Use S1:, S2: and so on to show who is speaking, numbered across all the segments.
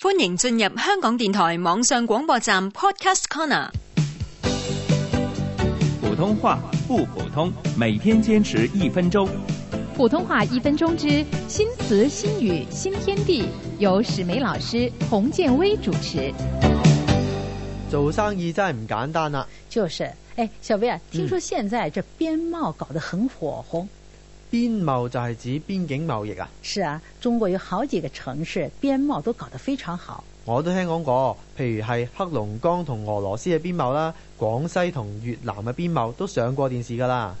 S1: 歡迎進入香港電台網上廣播站 Podcast Corner。
S2: 普通話不普通，每天堅持一分鐘。
S3: 普通話一分鐘之新詞新語新天地，由史梅老師洪建威主持。
S4: 做生意真係唔簡單啊啦，
S5: 就是，哎，小薇啊，
S3: 嗯
S5: 听说现在这边贸搞得很火红。
S4: 邊貿就係指邊境貿易啊！
S5: 是啊，中国有好几个城市边贸都搞得非常好。
S4: 我都聽講過，譬如係黑龍江同俄羅斯嘅邊貿啦，廣西同越南嘅邊貿都上過電視㗎啦。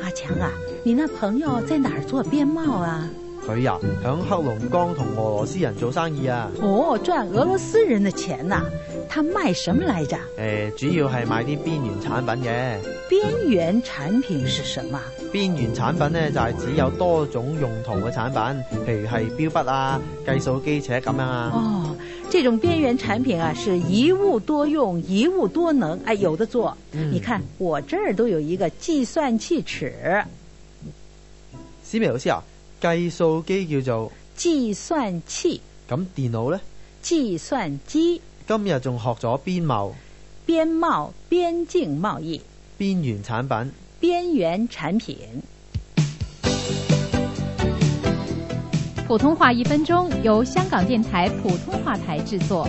S5: 阿强啊，你那朋友在哪儿做边贸啊？
S4: 佢呀，響黑龍江同俄羅斯人做生意啊，
S5: 哦，赚俄罗斯人的钱呐、他卖什么来着？
S4: 誒、主要係賣啲邊緣產品嘅。
S5: 边缘产品是什么？
S4: 邊緣產品呢，就係指有多種用途嘅產品，譬如係標筆啊、計數機尺咁樣啊。
S5: 哦，这种边缘产品啊，是一物多用，一物多能。哎，有的做。
S4: 嗯
S5: 你看我这儿都有一个计算器尺，
S4: 史美老師啊，計數機叫做
S5: 计算器、
S4: 咁，電腦呢？
S5: 计算机。
S4: 今日仲學咗邊貿。
S5: 边贸、边境贸易、
S4: 邊緣產品。
S5: 边缘产品。
S3: 普通话一分鐘由香港电台普通话台制作。